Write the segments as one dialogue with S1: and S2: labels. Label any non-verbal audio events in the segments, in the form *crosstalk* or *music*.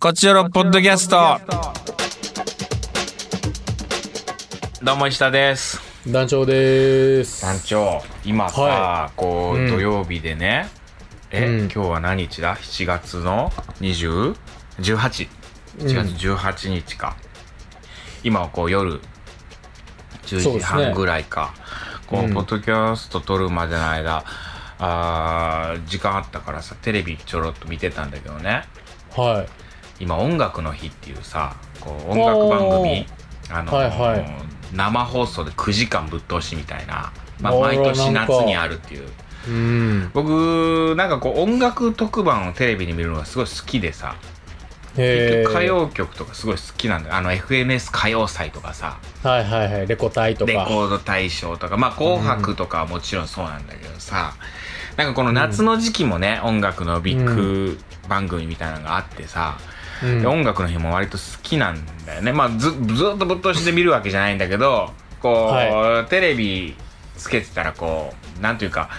S1: こちらのポッドキャスト。どうも石田です。
S2: 団長です。
S1: 団長、今さ、
S2: は
S1: こう、
S2: うん
S1: 土曜日でね、え、
S2: うん
S1: 今日は何日だ ?7 月の 20?18?7 月18日か。今はこう夜
S2: そう
S1: 10時
S2: ですね
S1: 半ぐらいか。こう、
S2: うん
S1: ポッドキャスト撮るまでの間、あー時間あったからさ、テレビちょろっと見てたんだけどね。
S2: は
S1: 今「音楽の日」っていうさこう音楽番組あの、
S2: はいはい
S1: 生放送で9時間ぶっ通しみたいな、まあ、
S2: あら
S1: 毎年
S2: なん
S1: 夏
S2: か
S1: にあるっていう
S2: い。うん。
S1: 僕なんかこう音楽特番をテレビに見るのがすごい好きでさ結
S2: へえ。
S1: 局歌謡曲とかすごい好きなんだよあの FNS 歌謡祭とかさ
S2: はいはいはい。レコ大と
S1: レ
S2: か。
S1: コード大賞とかまあ「紅白」とかはもちろんそうなんだけどさ、なんかこの夏の時期もね、音楽のビッグ番組みたいなのがあってさ、
S2: うん
S1: で音楽の日も割と好きなんだよねまあずずっとぶっ通しで見るわけじゃないんだけどこう、
S2: は
S1: テレビつけてたらこうなんていうか、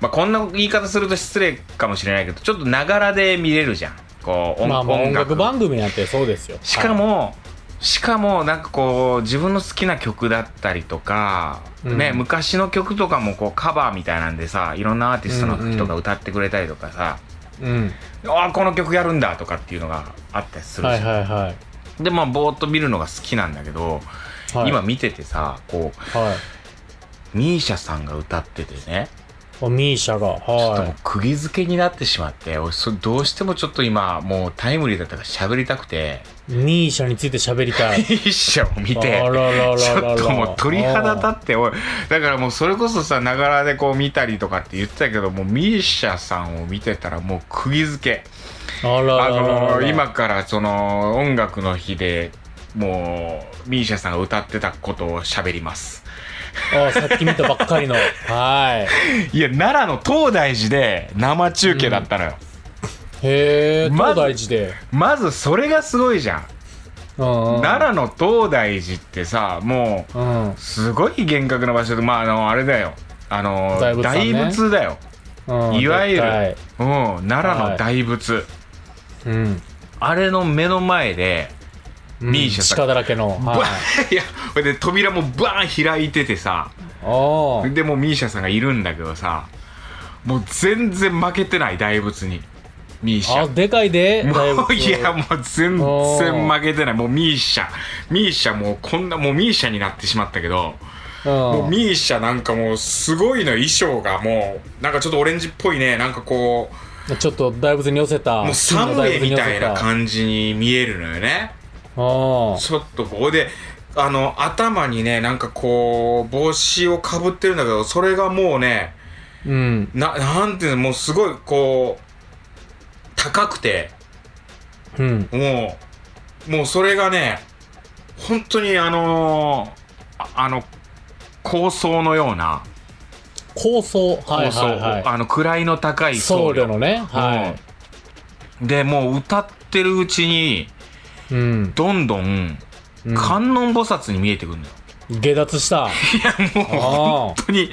S1: まあ、こんな言い方すると失礼かもしれないけどちょっとながらで見れるじゃんこう音,、
S2: まあまあ音楽
S1: 楽
S2: 番組なんてそうですよ。
S1: しかも、しかもなんかこう自分の好きな曲だったりとか、
S2: うん
S1: ね、昔の曲とかもこうカバーみたいなんでさいろんなアーティストの人が歌ってくれたりとかさ、
S2: はい。うん。
S1: ああこの曲やるんだとかっていうのがあったりするじゃん
S2: はいはいは
S1: でまあぼーっと見るのが好きなんだけど、
S2: い。はい、
S1: 今、見ててさこう
S2: はい。
S1: ミーシャさんが歌っててね、
S2: おミーシャ
S1: ちょ
S2: が。
S1: っとも
S2: は
S1: う釘付けになってしまって俺そどうしてもちょっと今もうタイムリーだったから喋りたくて
S2: *laughs* い。ミーシャについて喋
S1: *laughs*
S2: りたい。
S1: ミーシャを見て
S2: あららららら
S1: ちょっともう鳥肌立っておいだからもうそれこそさながらでこう見たりとかって言ってたけどもうミーシャさんを見てたらもう釘付け
S2: あら
S1: あ
S2: ららら
S1: のー今からその音楽の日でもうミーシャさんが歌ってたことを喋ります
S2: あさっき見たばっかりの。はい。
S1: いや奈良の東大寺で生中継だったのよ、
S2: へえ。
S1: ま
S2: 東
S1: ず
S2: 大寺で。
S1: まずそれがすごいじゃん、
S2: うんうん。
S1: 奈良の東大寺ってさも
S2: うん
S1: う。すごい厳格な場所でまああのあれだよあの
S2: 大仏さんね
S1: 大仏だよ、
S2: うん。
S1: いわゆる
S2: 絶対、
S1: うん、奈良の大仏、
S2: うん。
S1: あれの目の前で、ミーシャさん
S2: 鹿だらけの。はい。
S1: い、やほいで扉もバーン開いててさ
S2: ああ。
S1: でもうミーシャさんがいるんだけどさもう全然負けてない大仏にミーシャ
S2: あ、でかいで。だい
S1: もう
S2: ぶ
S1: いやもう全然負けてないもうミーシャミーシャもうこんなもうミーシャになってしまったけどもうミーシャなんかもうすごいの衣装がもうなんかちょっとオレンジっぽいねなんかこう
S2: うん、ちょっと大仏に寄せた
S1: もうサムエみたいな感じに見えるのよね
S2: じ
S1: ちょっとこうであの頭にねなんかこう帽子をかぶってるんだけどそれがもうね
S2: うん
S1: ななんていうのもうすごいこう高くて
S2: うん
S1: もう、もうそれがね、本当にあのーああの、高層のような、
S2: 構想はい
S1: 高層、
S2: はいは
S1: あの、位の高い
S2: い僧侶の
S1: ね。
S2: ねは
S1: うんで、もう歌ってるうちに、
S2: いうん
S1: どんどん、
S2: うん
S1: 観音菩薩に見えてくるのよ。
S2: 下
S1: *laughs*
S2: 脱した
S1: もう、
S2: あ
S1: 本当に、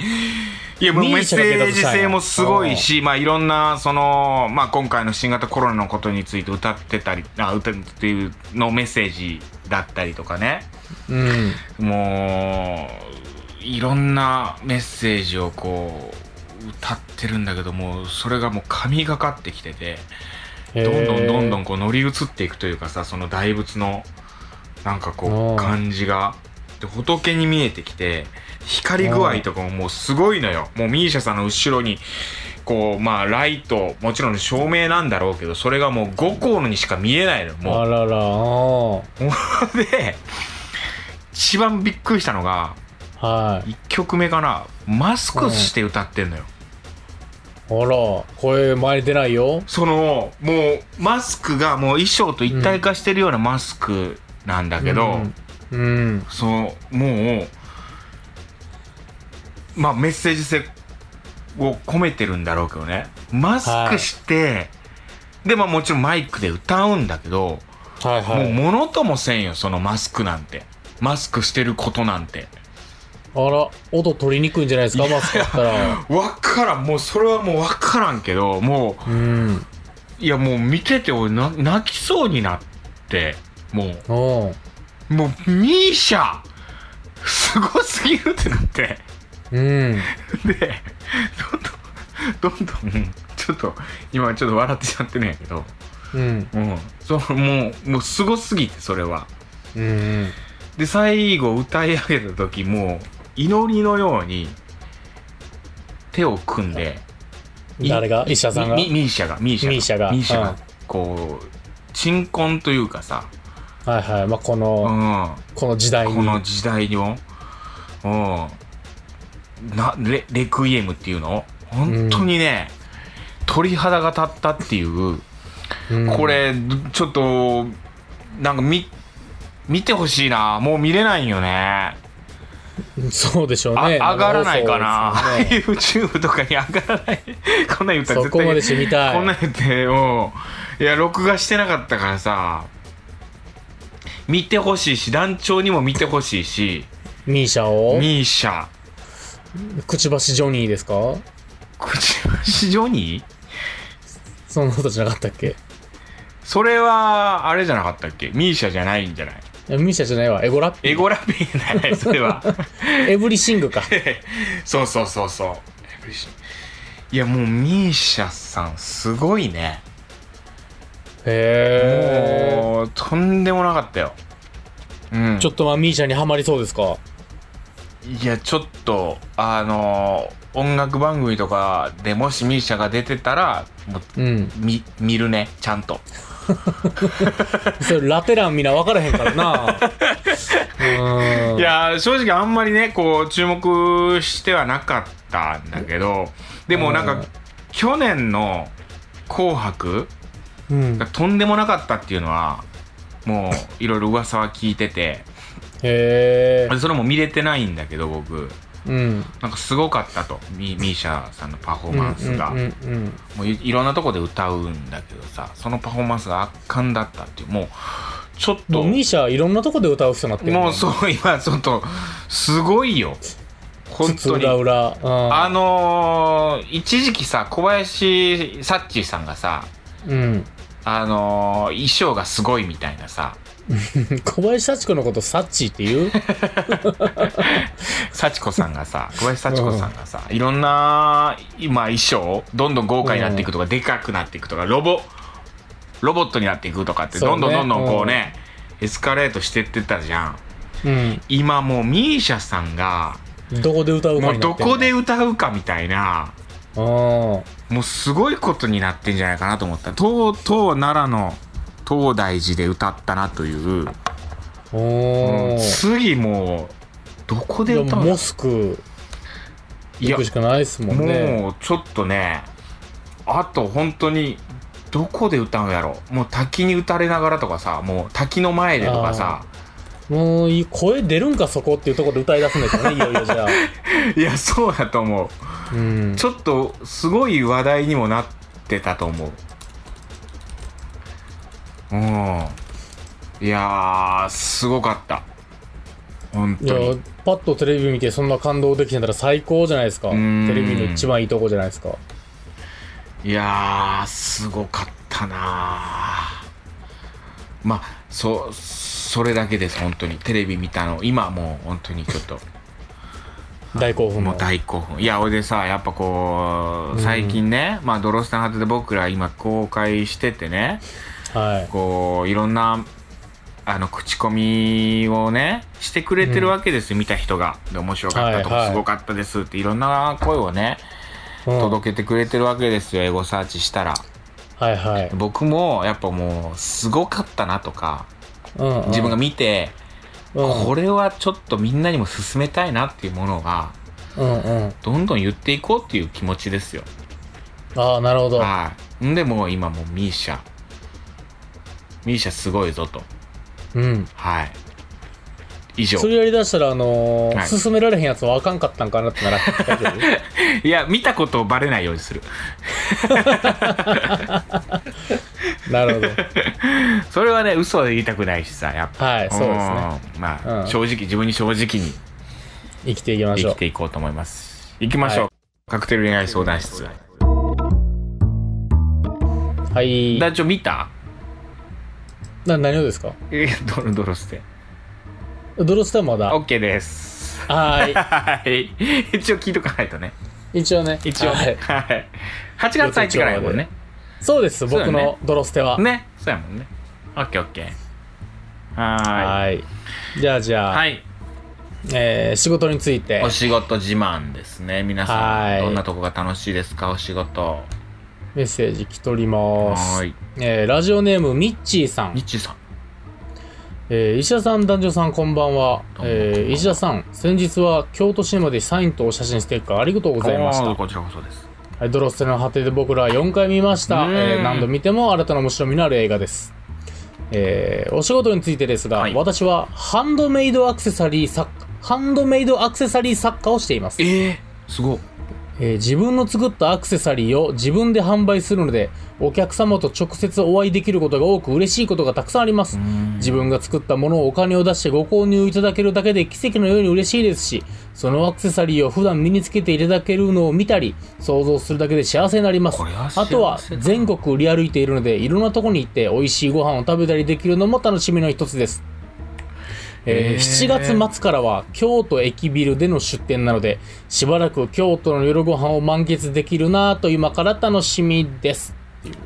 S1: いや、もうメ
S2: ミ
S1: ッ
S2: ー
S1: セ
S2: シャ
S1: ー
S2: が下脱
S1: ジ
S2: したんや
S1: 性もすごいし、まあ、いろんな、その、まあ、今回の新型コロナのことについて歌ってたり、あ、歌っていうのメッセージだったりとかね。
S2: うん
S1: もういろんなメッセージをこう歌ってるんだけどもそれがもう神がかってきてて
S2: へー
S1: どんどんどんどんこう乗り移っていくというかさその大仏のなんかこ
S2: うん
S1: う感じがで仏に見えてきて光り具合とかももうすごいのよもうミーシャさんの後ろにこうまあライトもちろん照明なんだろうけどそれがもう5光にしか見えないのもう
S2: あららあ
S1: *laughs* で一番びっくりしたのが
S2: あはい
S1: 1曲目かなマスクして歌ってんのよ、
S2: あら声前に出ないよ
S1: そのもうマスクがもう衣装と一体化してるようなマスクなんだけど、
S2: うんうん
S1: そのもうまあメッセージ性を込めてるんだろうけどねマスクして、でまあもちろんマイクで歌うんだけど、
S2: はいは
S1: もう
S2: い
S1: ものともせんよそのマスクなんてマスクしてることなんて。
S2: あら音取りにくいんじゃないですかマスクだったら
S1: わからんもうそれはもうわからんけども
S2: うん
S1: ういやもう見てて俺な泣きそうになっっても
S2: お
S1: うもうミーシャすごすぎるってなって
S2: うん。
S1: でどんどんどんどんちょっと今ちょっと笑ってしまってんねんけど、
S2: うん。
S1: うん、そうもうもうすごすぎてそれは
S2: うんうん。
S1: で最後歌い上げた時もう祈りのように手を組んでい
S2: 誰が医者さんが
S1: ミミミーシャがミーシャが
S2: ミーシャがうん
S1: こう鎮魂というかさ、
S2: はいはい。まあ、こ
S1: う
S2: の、
S1: ん、
S2: この時代に。
S1: この時代の、うん、なレレクイエムっていうの本当にね、鳥肌が立ったっていう
S2: うん
S1: こ。れちょっとなんか見見てほしいなもう見れないよね
S2: そうでしょう
S1: あ
S2: ね。
S1: 上がらないかな、
S2: 生放送ですよね
S1: YouTube とかに上がらない *laughs* こんなん言ったら *laughs*
S2: そ
S1: 絶対
S2: こまでしてみたい。
S1: こんなん言ってもういや録画してなかったからさ見てほしいし団長にも見てほしいし
S2: ミーシャを
S1: ミーシャ
S2: くちばしジョニーですか
S1: くち *laughs* ばしジョニー
S2: そんなことじゃなかったっけ
S1: それはあれじゃなかったっけミーシャじゃないんじゃない
S2: いやミーシャじゃないわ。エゴラッピー。
S1: エゴラピーじゃないそれは
S2: エブリシングか。
S1: *laughs* そうそうそうそういやもうミーシャさんすごいね
S2: へ
S1: もうとんでもなかったようん
S2: ー。ちょっとまあ、ミーシャにはまりそうですか
S1: いやちょっとあのー音楽番組とかでもしミーシャが出てたらもう
S2: うん。
S1: 見見るねちゃんと
S2: それラテランみんな分からへんからな。うん。
S1: *laughs* いやー正直あんまりねこう注目してはなかったんだけどでもなん
S2: う
S1: か
S2: ん
S1: 去年の「紅白
S2: うん」
S1: がとんでもなかったっていうのはもういろいろ噂は聞いてて
S2: へー
S1: それも見れてないんだけど僕
S2: うん。
S1: なんかすごかったとミミーシャさんのパフォーマンスが
S2: うんう。んうん
S1: もういいろんなとこで歌うんだけどさそのパフォーマンスが圧巻だったっていうもうちょっ
S2: うんも
S1: と
S2: うミーシャいろんなとこで歌う人になってる
S1: もうそう今ちょっとすごいよ本
S2: つ
S1: 当に
S2: 裏裏。うん
S1: あのー一時期さ小林サッチーさんがさ
S2: うん。 *laughs*
S1: あのー衣装がすごいみたいなさ
S2: 小林幸子のことサッチーって言う
S1: 幸子さんが
S2: *laughs*
S1: さ小林幸子さんがさいろんな今衣装どんどん豪華になっていくとか、でかくなっていくとかロボロボットになっていくとかって
S2: そう
S1: ど
S2: ね
S1: んどんどんどんこうねエスカレートしてってたじゃん *laughs*
S2: うん。
S1: 今もうミーシャさんが
S2: どこで歌うか
S1: も
S2: に
S1: う
S2: な
S1: ど
S2: ってんの
S1: こで歌うかみたいな
S2: あ
S1: もうすごいことになってんじゃないかなと思ったとうとう奈良の東大寺で歌ったなという、
S2: あ。お
S1: うん
S2: ー。
S1: 次もうどこで
S2: で
S1: 歌
S2: も
S1: うの
S2: モスク
S1: い
S2: 行
S1: や
S2: くしかないですもんね。
S1: もうちょっとねあと本当にどこで歌うんやろもう滝に打たれながらとかさもう滝の前でとかさ
S2: もうい声出るんかそこっていうところで歌い出すんです
S1: *laughs*
S2: よね、いよいよじゃあ。
S1: いやそうだと思う
S2: うん。
S1: ちょっとすごい話題にもなってたと思う。うん。いやー、すごかった。本
S2: いや
S1: 当に。、
S2: パッとテレビ見てそんな感動できてたら最高じゃないですか。テ
S1: ん
S2: レビの一番いいとこじゃないですか。
S1: いやー、すごかったなー。まあ、そ、それだけです、本当に。テレビ見たの。今は *laughs* もう本当にちょっと。
S2: 大興奮
S1: も
S2: の
S1: う。大興奮いや俺でさやっぱこう最近ね、まあ「ドロスタンハート」で僕ら今公開しててね、
S2: はい。
S1: こういろんなあの口コミをねしてくれてるわけですよ、見た人がで面白かったとか、
S2: はいはい
S1: すごかったですっていろんな声をね
S2: うん
S1: 届けてくれてるわけですよエゴサーチしたら
S2: はいはい。
S1: 僕もやっぱもうすごかったなとか
S2: うんうん
S1: 自分が見て、
S2: うん
S1: これはちょっとみんなにも勧めたいなっていうものが
S2: うんうん。
S1: どんどん言っていこうっていう気持ちですよ
S2: ああ、なるほど。
S1: はいんでもう今もうミーシャミーシャすごいぞと
S2: うん。
S1: はい以上
S2: それやりだしたら、あのー
S1: はい
S2: 進められへんやつはあかんかったんかなってな
S1: *laughs*
S2: らへん、大丈夫
S1: いや、見たことをバレないようにする。
S2: なるほど。
S1: それはね、嘘は言いたくないしさ、やっぱ。
S2: はい、そうですね。
S1: うん。まあ、
S2: うん
S1: 正直、自分に正直に
S2: 生きていきまし
S1: 生
S2: ょ
S1: き
S2: う。
S1: ていこうと思います。行きましょう。
S2: は
S1: カクテル恋愛相談室。
S2: はい。
S1: 団長見た
S2: な何をですか
S1: えドロドロして
S2: ドロスターまだ
S1: OK です
S2: は
S1: はい一応聞いとかないとね
S2: い一応ね
S1: *laughs* 一応
S2: は
S1: ね
S2: い
S1: はい8月入ってからやもんね
S2: そうです
S1: そうだ
S2: 僕
S1: ね
S2: のドロステは
S1: ねそうやもんね OKOK はーい
S2: はいじゃあじゃあ、
S1: はい
S2: えー仕事について
S1: お仕事自慢ですね皆さ
S2: は
S1: ん
S2: い
S1: どんなとこが楽しいですかお仕事
S2: メッセージ来とります
S1: はーい
S2: えーラジオネームミッチーさん
S1: みっちーさん
S2: えー石田さん、男女さん、こんばんは。
S1: どうも
S2: えー石田さん、先日は京都市までサインとお写真ステッカーありがとうございまし
S1: おー
S2: た。
S1: こちらこそです
S2: はい、ドロステの果てで僕らは4回見ました。
S1: うん
S2: えー何度見ても新たな面白みのある映画です。えーお仕事についてですが、
S1: はい
S2: 私はハンドメイドアクセサリー作家、ハンドメイドアクセサリー作家をしています。
S1: ええすごい
S2: えー自分の作ったアクセサリーを自分で販売するのでお客様と直接お会いできることが多く嬉しいことがたくさんあります自分が作ったものをお金を出してご購入いただけるだけで奇跡のように嬉しいですしそのアクセサリーを普段身につけていただけるのを見たり想像するだけで幸せになります
S1: これは幸せだ
S2: あとは全国売り歩いているのでいろんなとこに行って美味しいご飯を食べたりできるのも楽しみの一つです
S1: へ
S2: えー
S1: ー
S2: 7月末末からは京都駅ビルでの出店なのでしばらく京都の夜ご飯を満喫できるなぁと今から楽しみです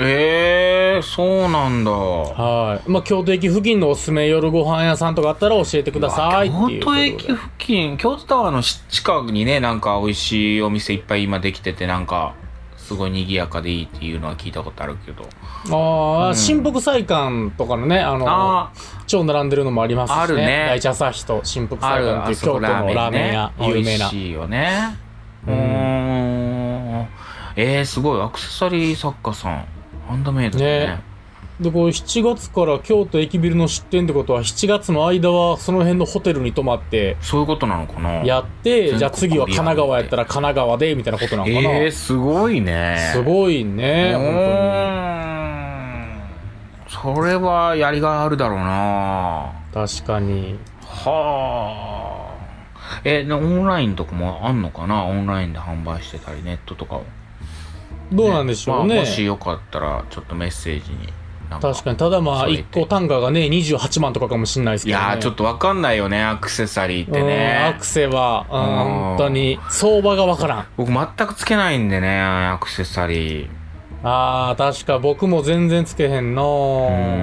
S1: ええそうなんだ
S2: はい、まあ、京都駅付近のおすすめ夜ご飯屋さんとかあったら教えてくださいっていう
S1: 京
S2: こと
S1: 都
S2: で
S1: 駅付近京都タワーの近くにねなんか美味しいお店いっぱい今できててなんかすごい賑やかでいいっていうのは聞いたことあるけど
S2: ああ、新北菜館とかのねあの
S1: あ
S2: 超並んでるのもありますし、ね、
S1: あるね
S2: 第一朝日と新
S1: あ
S2: 北菜
S1: る
S2: 館っていう京都のラーメン屋、有名
S1: 美
S2: な
S1: 味しいよねう
S2: うん
S1: ーんえー、すごいアクセサリー作家さんハンドメイドだね
S2: ねでこう7月から京都駅ビルの出店ってことは7月の間はその辺のホテルに泊まって
S1: そういうことなのかな
S2: やっ
S1: 全国
S2: てじゃあ次は神奈川やったら神奈川でみたいなことなのかな、
S1: えー、すごいね
S2: すごいね
S1: うー
S2: 本
S1: んそれはやりがいあるだろうな
S2: 当に確かに
S1: はあえでオンラインとかもあんのかなオンラインで販売してたりネットとかを
S2: どうなんでしょう
S1: まあ
S2: ね
S1: もしよかったらちょっとメッセージになん
S2: 確かにただまあ
S1: そう言っ
S2: 1
S1: て
S2: 個単価がね28万とかかもしれないです
S1: い
S2: けど、ね、
S1: やーちょっとわかんないよねアクセサリーって
S2: うんア
S1: ね
S2: クセは、うん
S1: うん
S2: 本当に相場がわからん
S1: 僕全くつけないんでねアクセサリー
S2: あー確か僕も全然つけへ
S1: うー
S2: んの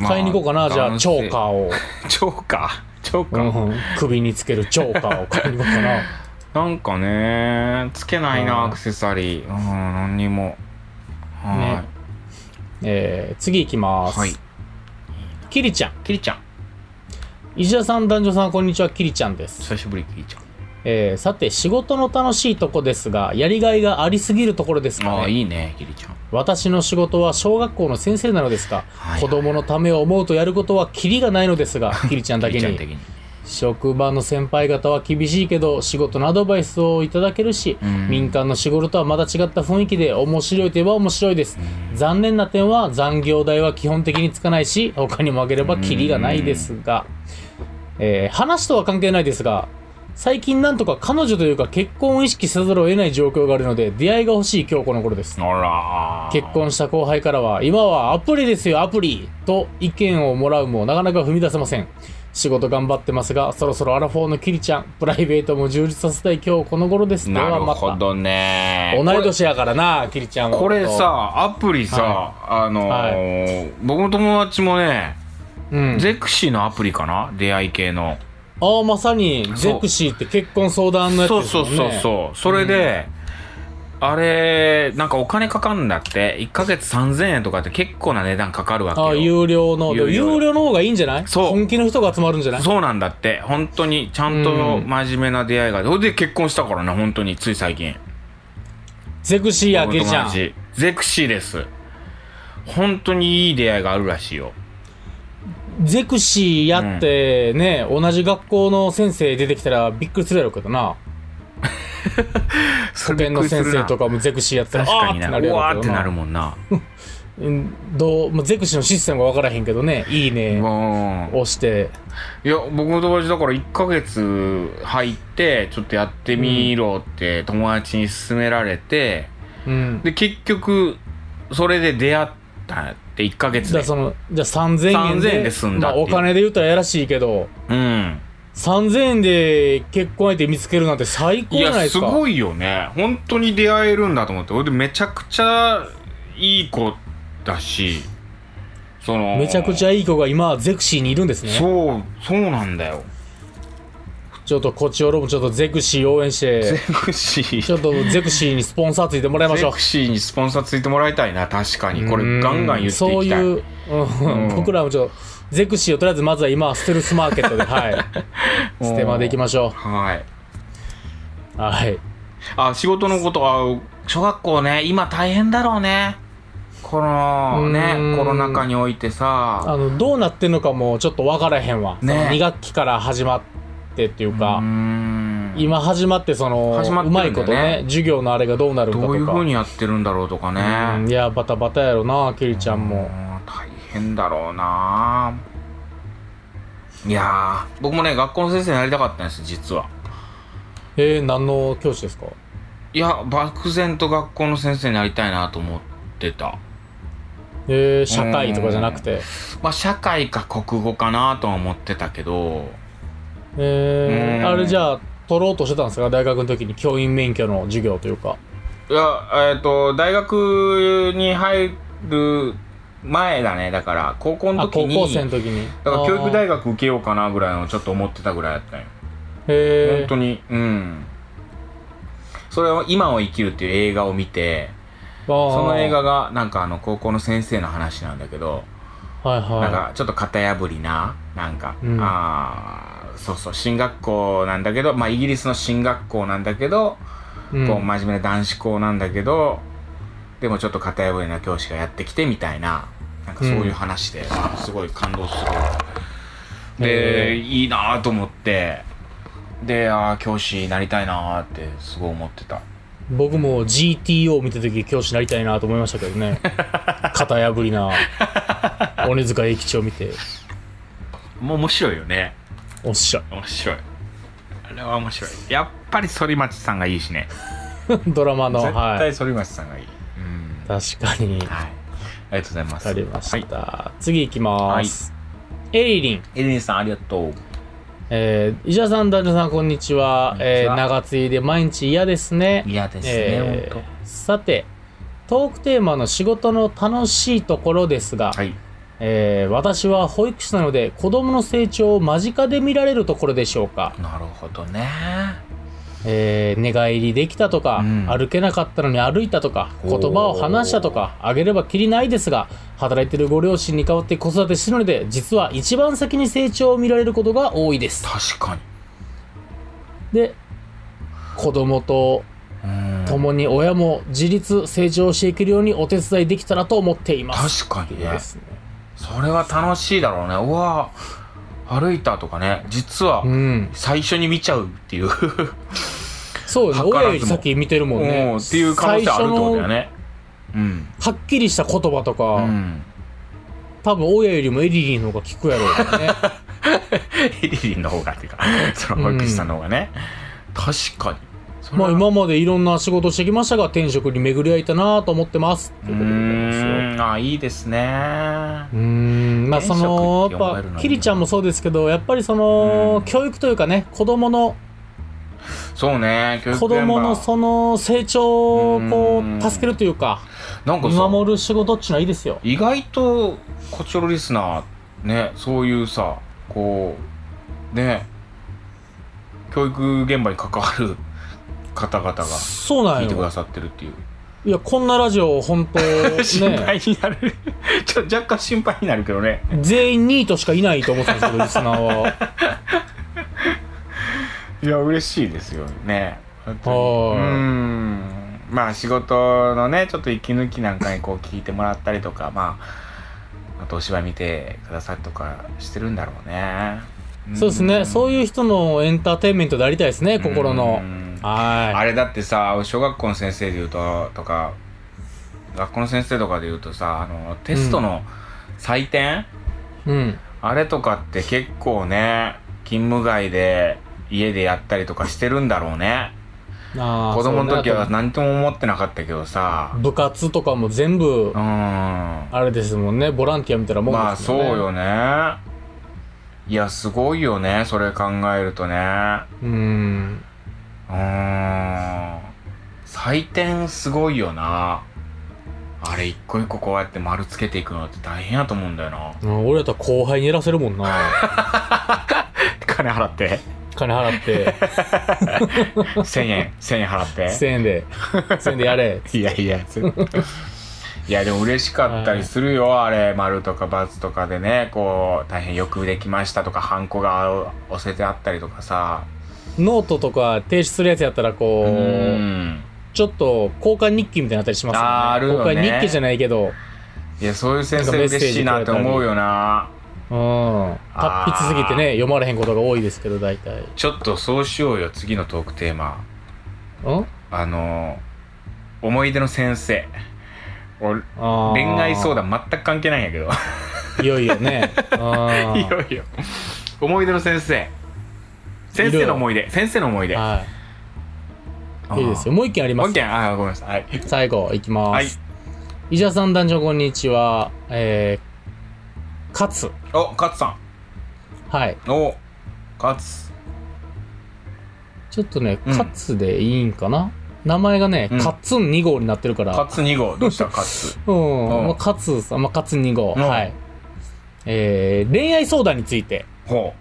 S1: ん
S2: 買いに行こうかな、じゃあチョー
S1: ー
S2: カーを、
S1: チョーカーチョーカー
S2: うん首につけるチョーカーを買いに行こうかな
S1: *laughs* なんかねつけないな
S2: うん
S1: アクセサリーうん何にもは
S2: ねえー、次行き
S1: い
S2: ます、
S1: はい
S2: キリちゃん
S1: キリちゃん
S2: 石田さん男女さんこんにちはキリちゃんです
S1: 久しぶりキリちゃん
S2: えーさて仕事の楽しいとこですがやりがいがありすぎるところですか
S1: ああ
S2: ね
S1: いいねキリちゃん
S2: 私の仕事は小学校の先生なのですが、
S1: はい
S2: 子供のためを思うとやることはキリがないのですがキリちゃんだ
S1: キ
S2: け
S1: リちゃん
S2: に
S1: 的に
S2: 職場の先輩方は厳しいけど仕事のアドバイスをいただけるし、
S1: うん
S2: 民間の仕事とはまた違った雰囲気で面白いといえば面白いです、残念な点は残業代は基本的につかないし他にもあげればキリがないですが、えー話とは関係ないですが最近なんとか彼女というか結婚を意識せざるを得ない状況があるので出会いが欲しい今日この頃です
S1: あらー
S2: 結婚した後輩からは今はアプリですよアプリと意見をもらうもなかなか踏み出せません仕事頑張ってますがそろそろアラフォーのキリちゃんプライベートも充実させたい今日この頃ですで
S1: な
S2: は
S1: る
S2: ま
S1: ほ
S2: た
S1: どね
S2: 同い年やからなキリちゃんは
S1: これさアプリさ、あのー僕の友達もね、
S2: うん
S1: ゼクシーのアプリかな出会い系の、
S2: ああまさにゼクシーって結婚相談のやつ
S1: そう
S2: です
S1: そ
S2: も
S1: うんそ
S2: ね
S1: うそうそれで、あれなんかお金かかるんだって1ヶ月3000円とかって結構な値段かかるわけ
S2: ああ
S1: よ
S2: 有料のでも
S1: 有料
S2: 有料の方がいいんじゃない
S1: そう
S2: 本気の人が集まるんじゃない
S1: そうなんだって本当にちゃんと
S2: うん
S1: 真面目な出会いがそれで結婚したからね本当につい最近
S2: ゼクシーやキリ
S1: 僕
S2: ち
S1: の
S2: ゃ
S1: 友
S2: ん
S1: 達ゼクシーです本当にいい出会いがあるらしいよ
S2: ゼクシーやってね、同じ学校の先生出てきたらびっくりするやろうけどな
S1: そ
S2: 保健の先生と
S1: か
S2: かもゼクシーやってたら
S1: 確かに
S2: あ
S1: な
S2: ーって
S1: うわーって
S2: なるやろうけど
S1: なるもんな
S2: うんどう、まあ、ゼクシーのシステムが分からへんけどねいいね
S1: うん
S2: 押して
S1: いや僕の友達だから1ヶ月入ってちょっとやってみろって友達に勧められて、
S2: うん
S1: で結局それで出会っったんやって1ヶ月
S2: じゃ
S1: で
S2: あその、じゃあ3000円で。
S1: 3000円で済んだっ
S2: まあ
S1: ていう
S2: お金で言ったらやらしいけど、
S1: うん
S2: 3000円で結婚相手見つけるなんて最高
S1: い
S2: じゃない
S1: や
S2: です
S1: す
S2: か。
S1: ごいよね本当に出会えるんだと思って俺めちゃくちゃいい子だしその
S2: めちゃくち
S1: ゃ
S2: ゃいい子が今、ゼクシーにいるんですね。
S1: そうそうなんだよ
S2: ちょっとこっちおろもちょっとゼクシー応
S1: *laughs*
S2: 援して、
S1: ゼクシー
S2: ちょっとゼクシーにスポンサーついてもらいまし
S1: ゼ
S2: ょう
S1: ク。シーにスポンサーついてもらいたいな確かにこ
S2: う
S1: れ
S2: ん
S1: ガンガン言っていきたい
S2: そういう、うん
S1: うん
S2: 僕らもちょっと、ゼクシーをとりあえずまずは今はステルスマーケット
S1: *laughs*
S2: で、はい。ステマでいきましょ
S1: はい。
S2: う。はい。
S1: あ、仕事のこと、あ、小学校ね、今大変だろうね。この
S2: う
S1: ね
S2: ー、ん
S1: コロナ禍においてさ。
S2: あの、どうなってんのかもちょっとわからへんわ。
S1: ね
S2: 2学期から始まってっていう
S1: うー
S2: か、
S1: ん
S2: 今始まってその、
S1: 始まってる
S2: う
S1: んだよ
S2: ま
S1: ね
S2: いことね、授業のあれがどうなるかとか。
S1: どういうふうにやってるんだろうとか
S2: うん
S1: ね。
S2: いや、バタバタやろな、ケリちゃんも。
S1: うん大変だろうな。いやー、僕もね、学校の先生になりたかったんです、実は。
S2: えー、何の教師ですか
S1: いや、漠然と学校の先生になりたいなと思ってた。
S2: えー、社会とかじゃなくて。
S1: まあ、社会か国語かなとは思ってたけど、
S2: え
S1: うん
S2: ー、あれじゃあ取ろうとしてたんですか大学の時に教員免許の授業というか
S1: いや、えっ、と、大学に入る前だね。だから、高校の
S2: あ
S1: 時
S2: 高
S1: に、
S2: 校生の時に
S1: だから教育
S2: 学
S1: 大学受けようかなぐらいのちょっと思ってたぐらいだったんよ。
S2: え
S1: 本当に、うん。それを、今を生きるっていう映画を見て、そ
S2: そ
S1: の映画が、なんかあの、高校の先生の話なんだけど、
S2: はい
S1: なん
S2: は
S1: か、ちょっと型破りな、なんか、
S2: うん
S1: あーそうそう、進学校なんだけど、まあ、イギリスの進学校なんだけど、
S2: い、うん
S1: こう真面目な男子校なんだけどでもちょっと型破りな教師がやってきてみたいななんかそういう話で、あすごい感動する
S2: へ
S1: で
S2: え
S1: いいなと思ってであー教師になりたいなーってすごい思ってた
S2: 僕も GTO 見た時教師になりたいなと思いましたけど
S1: *laughs*
S2: ね型破りな鬼塚英吉を見て
S1: もう面白いよね
S2: おっしゃ
S1: 面白いあれは面白いやっぱり反町さんがいいしね
S2: ドラマの
S1: 絶
S2: は
S1: 対
S2: い
S1: 反町さんがいい、うん
S2: 確かに
S1: はいありがとうございます
S2: わかりまし
S1: はい、
S2: た、次行きます、エリリン
S1: エリンさんありがとう
S2: えー、石田さん、男女さん、こんにちは。
S1: こんにち
S2: え
S1: は
S2: ー、長継いで毎日嫌ですね。
S1: 嫌ですね、
S2: えー
S1: ほん
S2: さて、トークテーマの仕事の楽しいところですが、
S1: とはい
S2: えー私は保育士なので子供の成長を間近で見られるところでしょうか。
S1: なるほどね
S2: えー寝返りできたとか、
S1: うん
S2: 歩けなかったのに歩いたとか、
S1: おー
S2: 言葉を話したとか、あげればきりないですが、働いてるご両親に代わって子育てしてるので、実は一番先に成長を見られることが多いです。
S1: 確かに
S2: で、子供と
S1: うん
S2: 共に親も自立成長していけるようにお手伝いできたらと思っています
S1: 確かに
S2: いい
S1: ね
S2: ですね
S1: それは楽しいだろうねうわ歩いたとかね実は
S2: うん
S1: 最初に見ちゃうっていう、
S2: そうよ
S1: 図ら
S2: ね
S1: ずも
S2: 親より先見てるもんね
S1: *laughs* うんっていう可能性あるってことだよ
S2: 最初の
S1: ねうん、
S2: はっきりした言葉とか、
S1: うん、
S2: 多分親よりもエリリーの方が聞くやろう
S1: *laughs*
S2: ね
S1: エリリンの方がっていうかその保育士さんの方がね、確かにそれ
S2: ま
S1: は
S2: あ今までいろんな仕事してきましたが転職に巡り合えたなと思ってます
S1: う
S2: ということでございますよ
S1: ーんあいいですね
S2: うーんまあその
S1: 転職って思え
S2: や
S1: るの
S2: っ
S1: に
S2: ぱキリちゃんもそうですけどやっぱりその
S1: うん
S2: 教育というかね子供の
S1: そうね教育
S2: 子供の
S1: 現場
S2: その成長をこ
S1: うん
S2: う助けるというか
S1: なんか
S2: 見
S1: さ
S2: 守る仕事っちゅうのはいいですよ
S1: 意外とこちょろリスナーねそういうさこうね教育現場に関わる方々が
S2: そうなん
S1: 聞いてく
S2: よ
S1: ださってるっていう、
S2: いやこんなラジオ本当
S1: *laughs* 心
S2: ね
S1: 配になるちょ若干心配になるけどね
S2: 全員ニートしかいないと思ってたんですけどリスナーはい
S1: や嬉しいですよね本当に
S2: は
S1: う
S2: い
S1: んまあ仕事のねちょっと息抜きなんかにこう聞いてもらったりとかまああとお芝居見てくださったりとかしてるんだろうね
S2: そうですねそういう人のエンターテインメントでありたいですね心の
S1: うんあ
S2: は
S1: れだってさ小学校の先生で言うととか学校の先生とかで言うとさあのテストの採点、
S2: いうん
S1: あれとかって結構ね勤務外で家でやったりとかしてるんだろうね
S2: あー
S1: 子供の時は
S2: そうね
S1: 何とも思ってなかったけどさ
S2: 部活とかも全
S1: う、
S2: 部
S1: ん
S2: あれですもんね、ボランティアみたいなもん
S1: まあ
S2: です
S1: そ
S2: もんね。
S1: うよねいやすごいよねそれ考えるとね
S2: うん。
S1: うーん採点すごいよなあれ一個一個こうやって丸つけていくのって大変やと思うんだよな
S2: 俺やったら後輩にやらせるもんな。
S1: *laughs* 金払って
S2: 金払って、
S1: 1000円1000円払 *laughs* って
S2: 1000円で、1000円で
S1: *laughs*
S2: やれ。
S1: いやいや、ずっといや、でも嬉しかったりするよ、あれ、丸とか×とかでね、こう、大変よくできましたとか、ハンコが押せてあったりとかさ。
S2: ノートとか提出するやつやったら、こ
S1: う
S2: う、
S1: ん。
S2: ちょっと交換日記みたいになったりしますよね。
S1: あーあるよね
S2: 交換日記じゃないけど、
S1: いや、そういう先
S2: なん
S1: 生
S2: かメッセージ
S1: 嬉しいなって思うよな。
S2: うん。達筆すぎてね、読まれへんことが多いですけど、大体。
S1: ちょっとそうしようよ、次のトークテーマ。
S2: うん
S1: あの、思い出の先生。俺
S2: あー
S1: 恋愛相談全く関係ないんやけど。
S2: いよいよ
S1: *laughs*
S2: ね。あー
S1: いよいよ。思い出の先生。先生の思い出。先生の思い出。
S2: は
S1: あー
S2: い。いいですよ。もう一件ありま
S1: 本
S2: す。
S1: 件、あー、ごめんなさい。はい。
S2: 最後、いきま
S1: はい
S2: す。伊者さん、男女こんにちは。えー、勝つ。
S1: お、勝さ
S2: はい。
S1: ん。お、勝つ。
S2: ちょっとね、
S1: うん
S2: 勝つでいいんかな名前がね、
S1: うん
S2: カッツン2号になってるから。
S1: 勝2号。どうした勝
S2: *laughs*
S1: つ。
S2: うん。
S1: うん
S2: まあ、勝つさん、まあ、勝つ2号。
S1: うん
S2: はい。えー、恋愛相談について。
S1: ほ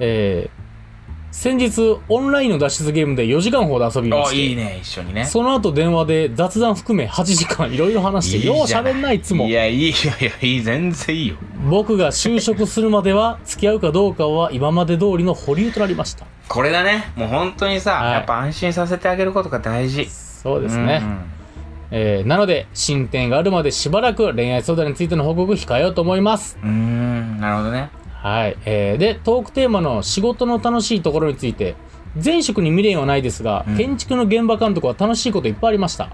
S2: えー、先日、オンラインの脱出ゲームで4時間ほど遊び
S1: う。
S2: ま
S1: お、
S2: して。
S1: いいね、一緒にね。
S2: その後電話で雑談含め8時間いろいろ話して、
S1: いいじゃ
S2: よう
S1: ない
S2: 喋んないいつも
S1: い。や、いいよ、いや、いい、全然いいよ。
S2: 僕が就職するまでは、付き合うかどうかは今まで通りの保留となりました。
S1: これだね。もう本当にさ、
S2: はい
S1: やっぱ安心させてあげることが大事。
S2: そう
S1: そ
S2: ですね。えーなので、進展があるまでしばらく恋愛相談についての報告を控えようと思います。
S1: うん。うーん、なるほどね。
S2: はい。えーで、トークテーマの仕事の楽しいところについて、前職に未練はないですが、
S1: うん
S2: 建築の現場監督は楽しいこといっぱいありました。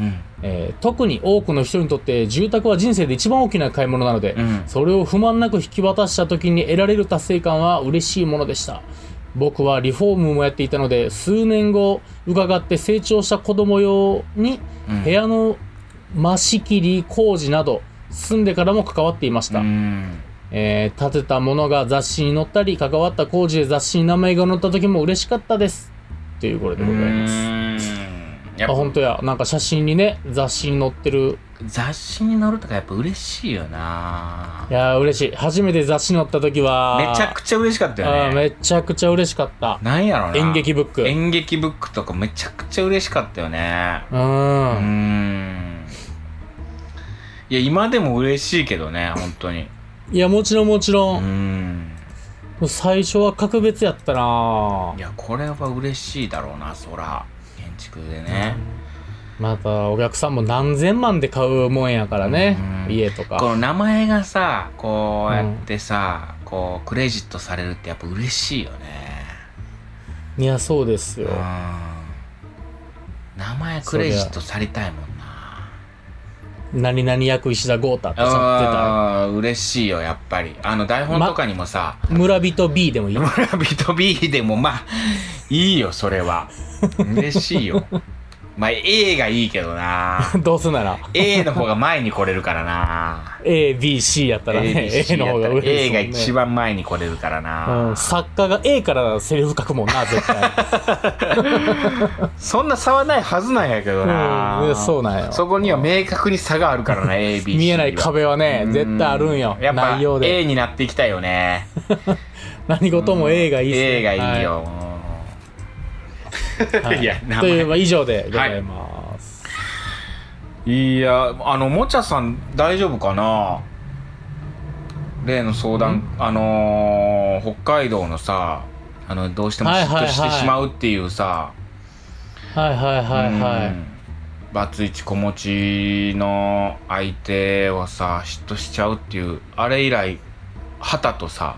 S1: うん。
S2: えー特に多くの人にとって住宅は人生で一番大きな買い物なので、
S1: うん
S2: それを不満なく引き渡した時に得られる達成感は嬉しいものでした僕はリフォームもやっていたので数年後伺って成長した子供用に
S1: うん
S2: 部屋の間仕切り工事など住んでからも関わっていました、
S1: うん。
S2: えー建てたものが雑誌に載ったり関わった工事で雑誌に名前が載った時も嬉しかったですということでございます
S1: うん。や
S2: あ
S1: っぱ
S2: 本当やなんか写真にね雑誌に載ってる。
S1: 雑誌に載るとかやっぱ嬉しいよない
S2: やー嬉しい初めて雑誌に載った時は
S1: めちゃくちゃ嬉しかった
S2: あ
S1: よ
S2: ー
S1: ね。
S2: めちゃくちゃ嬉しかった
S1: なんやろな。
S2: 演劇ブック
S1: 演劇ブックとかめちゃくちゃ嬉しかったよね。
S2: う
S1: うー
S2: ん
S1: ん。いや、今でも嬉しいけどね、本当に。
S2: いやもちろんもち
S1: う
S2: ろ
S1: ー
S2: ん、
S1: ん。
S2: 最初は格別やったない
S1: や、これは嬉しいだろうな、そら。建築でね。
S2: またお客さんも何千万で買うもんやからね
S1: うん
S2: 家とか
S1: この名前がさ、こうやってさ、こう、クレジットされるってやっぱ嬉しいよね。
S2: いやそうです
S1: う
S2: よ
S1: ん。名前クレジットされたいもんな。
S2: 何々役石田豪太ってさ
S1: ああ、嬉しいよ、やっぱり。あの、台本とかにもさ、
S2: 出た村人 B でもいい
S1: 村人 B でもまあいいよそれは *laughs* 嬉しいよまあ A がいいけどな
S2: どうせなら
S1: A の方が前に来れるからな
S2: ABC やったらね A,
S1: ABC
S2: の方が上
S1: やったら
S2: です
S1: A
S2: もん
S1: が
S2: ね
S1: 一番前に来れるからな、
S2: うん、作家が A からセリフ書くもんな
S1: *laughs*
S2: 絶対
S1: そんな差はないはずなんやけどな、
S2: うんそうなんよ
S1: そこには明確に差があるからな ABC は
S2: *laughs* 見えない壁はね
S1: うん
S2: 絶対あるんよ
S1: やっぱ
S2: 内容で
S1: A になっていきたいよね
S2: 何事も A がいいっすね
S1: A がいいよ、
S2: はい
S1: *laughs* や名前
S2: という、まあ、以上でございます、
S1: いやあのもちゃさん大丈夫かな例の相談あのー北海道のさあのどうしても
S2: はい
S1: 嫉
S2: はいはい
S1: 妬してしまうっていうさ
S2: はい、はいはいはい
S1: うんバツイチ子持ちの相手はさ嫉妬しちゃうっていうあれ以来畑とさ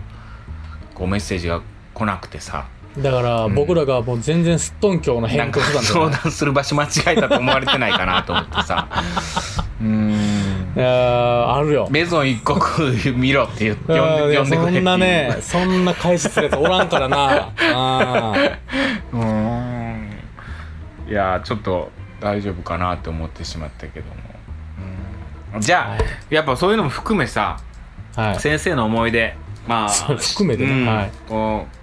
S1: こうメッセージが来なくてさ
S2: だから僕らがもう全然すっとんきょう
S1: な
S2: の
S1: ん
S2: 変
S1: か
S2: 更手段
S1: 相
S2: だ
S1: 談する場所間違えたと思われてないかなと思って
S2: *laughs*
S1: さうーん
S2: いやーあるよ
S1: メゾン一国見ろって言って呼ん
S2: い
S1: で
S2: や
S1: 呼んでくれってい
S2: そ
S1: うん
S2: なね *laughs* そんな解説するやつおらんからなあ
S1: うーんいやーちょっと大丈夫かなって思ってしまったけども、うんじゃあ、
S2: はい
S1: やっぱそういうのも含めさ
S2: はい。
S1: 先生の思い出まあ
S2: そう含めてね
S1: うん
S2: はい
S1: こう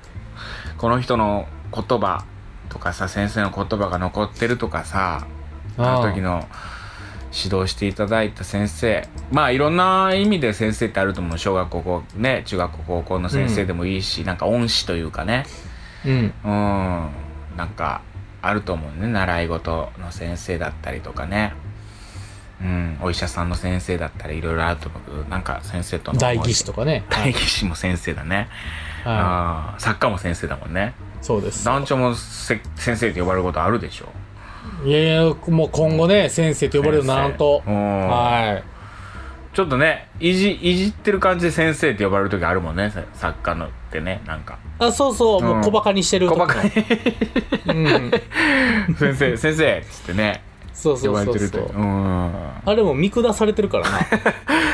S1: この人の言葉とかさ先生の言葉が残ってるとかさあの時の指導していただいた先生まあいろんな意味で先生ってあると思う小学校高校ね中学校高校の先生でもいいし、なんか恩師というかね
S2: うん。
S1: うんなんかあると思うね習い事の先生だったりとかねうんお医者さんの先生だったりいろいろあると思うけどなんか先生との
S2: 大義士とかね。
S1: 大義士も先生だね、
S2: は
S1: ああ作家も先生だもんね
S2: い。そうです。
S1: 団長もせ先生って呼ばれることあるでしょ
S2: いやいや、もう今後ね、先生と呼ばれるようにならんと
S1: 先。生うん
S2: は
S1: ちょっとねいじいじってる感じで先生って呼ばれる時あるもんねさ作家のってねなんか
S2: い。あ、そうそう、もう小馬鹿にしてる
S1: 小
S2: と
S1: バカに
S2: *laughs* うん。
S1: 先生先生っつってね
S2: そう
S1: 呼
S2: そ
S1: ば
S2: う
S1: れて
S2: そう
S1: る
S2: そ
S1: と
S2: う。
S1: うん
S2: あれも見下されてるからな。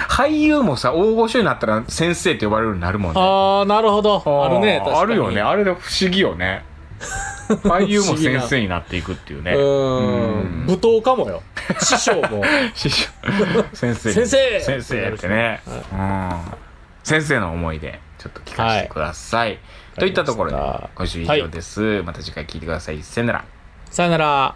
S1: 俳優もさ大御所になったら先生って呼ばれるようになるもんね
S2: あー、なるほど。ある
S1: ー
S2: ね、確かに。
S1: あるよね。あれで不思議よ
S2: *laughs*
S1: ね俳優も先生になっていくっていうね
S2: う
S1: うん
S2: ん。舞踏家もよ。師匠も。
S1: 師
S2: *laughs*
S1: 匠先生
S2: 先生
S1: 先生ってね、うん、先生の思い出ちょっと聞かせてください、といったところで
S2: わかりました
S1: 今週以上です、また次回聞いてくださいさよなら
S2: さよなら。